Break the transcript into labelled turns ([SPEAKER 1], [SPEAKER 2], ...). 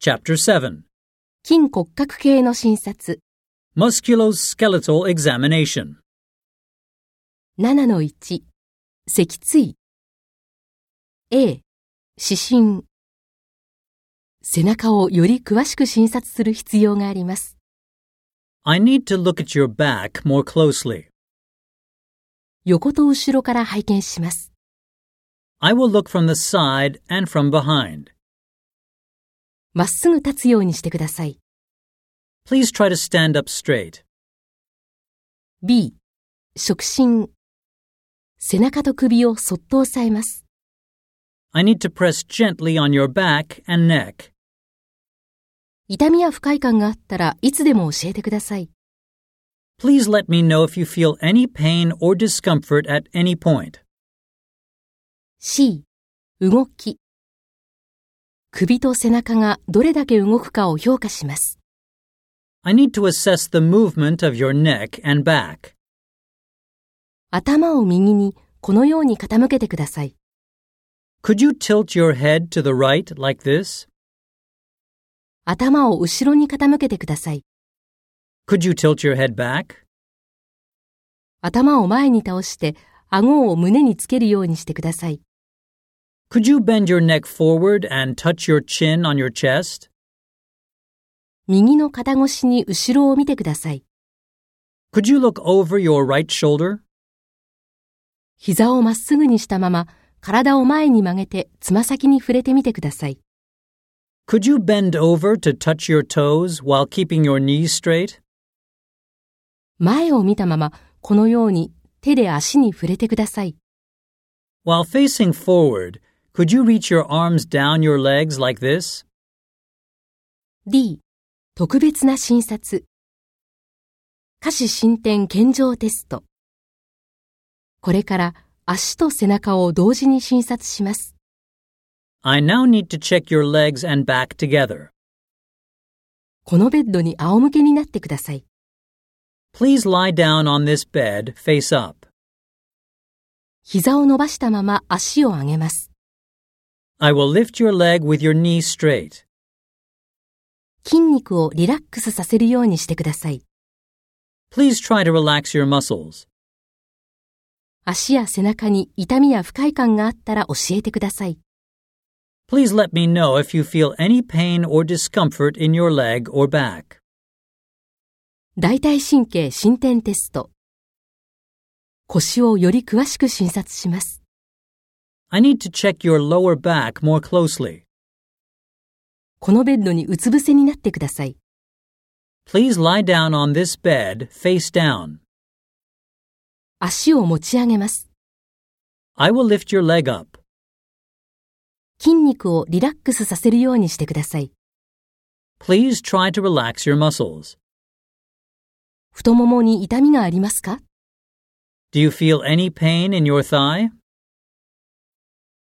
[SPEAKER 1] Chapter 7
[SPEAKER 2] 筋骨格系の診察
[SPEAKER 1] Musculoskeletal Examination.
[SPEAKER 2] 7-1脊椎 A 指針背中をより詳しく診察する必要があります。
[SPEAKER 1] I need to look at your back more closely.
[SPEAKER 2] 横と後ろから拝見します。
[SPEAKER 1] I will look from the side and from behind.
[SPEAKER 2] まっすぐ立つようにしてください。
[SPEAKER 1] Please try to stand up straight.
[SPEAKER 2] B 触診背中と首をそっと押さえます。
[SPEAKER 1] I need to press gently on your back and neck.
[SPEAKER 2] 痛みや不快感があったらいつでも教えてください。
[SPEAKER 1] Please let me know if you feel any pain or discomfort at any point.
[SPEAKER 2] C 動き首と背中がどれだけ動くかを評価します。
[SPEAKER 1] I need to assess the movement of your neck and back.
[SPEAKER 2] 頭を右にこのように傾けてください。
[SPEAKER 1] Could you tilt your head to the right like this?
[SPEAKER 2] 頭を後ろに傾けてください。
[SPEAKER 1] Could you tilt your head back?
[SPEAKER 2] 頭を前に倒して、顎を胸につけるようにしてください。
[SPEAKER 1] Could you bend your neck forward and touch your chin on your chest?
[SPEAKER 2] 右の肩越しに後ろを見てください。
[SPEAKER 1] Could you look over your right shoulder?
[SPEAKER 2] 膝をまっすぐにしたまま、体を前に曲げて、つま先に触れてみてください。
[SPEAKER 1] Could you bend over to touch your toes while keeping your knees straight?
[SPEAKER 2] 前を見たまま、このように手で足に触れてください。
[SPEAKER 1] While facing forward, could you reach your arms down your legs like this?
[SPEAKER 2] D、特別な診察。下肢伸展健常テスト。これから足と背中を同時に診察します。
[SPEAKER 1] I now need to check your legs and back together.
[SPEAKER 2] このベッドに仰向けになってください。
[SPEAKER 1] Please lie down on this bed, face up.
[SPEAKER 2] 膝を伸ばしたまま足を上げます。
[SPEAKER 1] I will lift your leg with your knee straight.
[SPEAKER 2] 筋肉をリラックスさせるようにしてください。
[SPEAKER 1] Please try to relax your muscles.
[SPEAKER 2] 足や背中に痛みや不快感があったら教えてください。
[SPEAKER 1] Please let me know if you feel any pain or discomfort in your leg or back.
[SPEAKER 2] 大腿神経伸展テスト。腰をより詳しく診察します。
[SPEAKER 1] I need to check your lower back more closely.
[SPEAKER 2] このベッドにうつ伏せになってください。
[SPEAKER 1] Please lie down on this bed, face down.
[SPEAKER 2] 足を持ち上げます。
[SPEAKER 1] I will lift your leg up.
[SPEAKER 2] 筋肉をリラックスさせるようにしてください。
[SPEAKER 1] Please try to relax your muscles.
[SPEAKER 2] 太ももに痛みがありますか
[SPEAKER 1] Do you feel any pain in your thigh?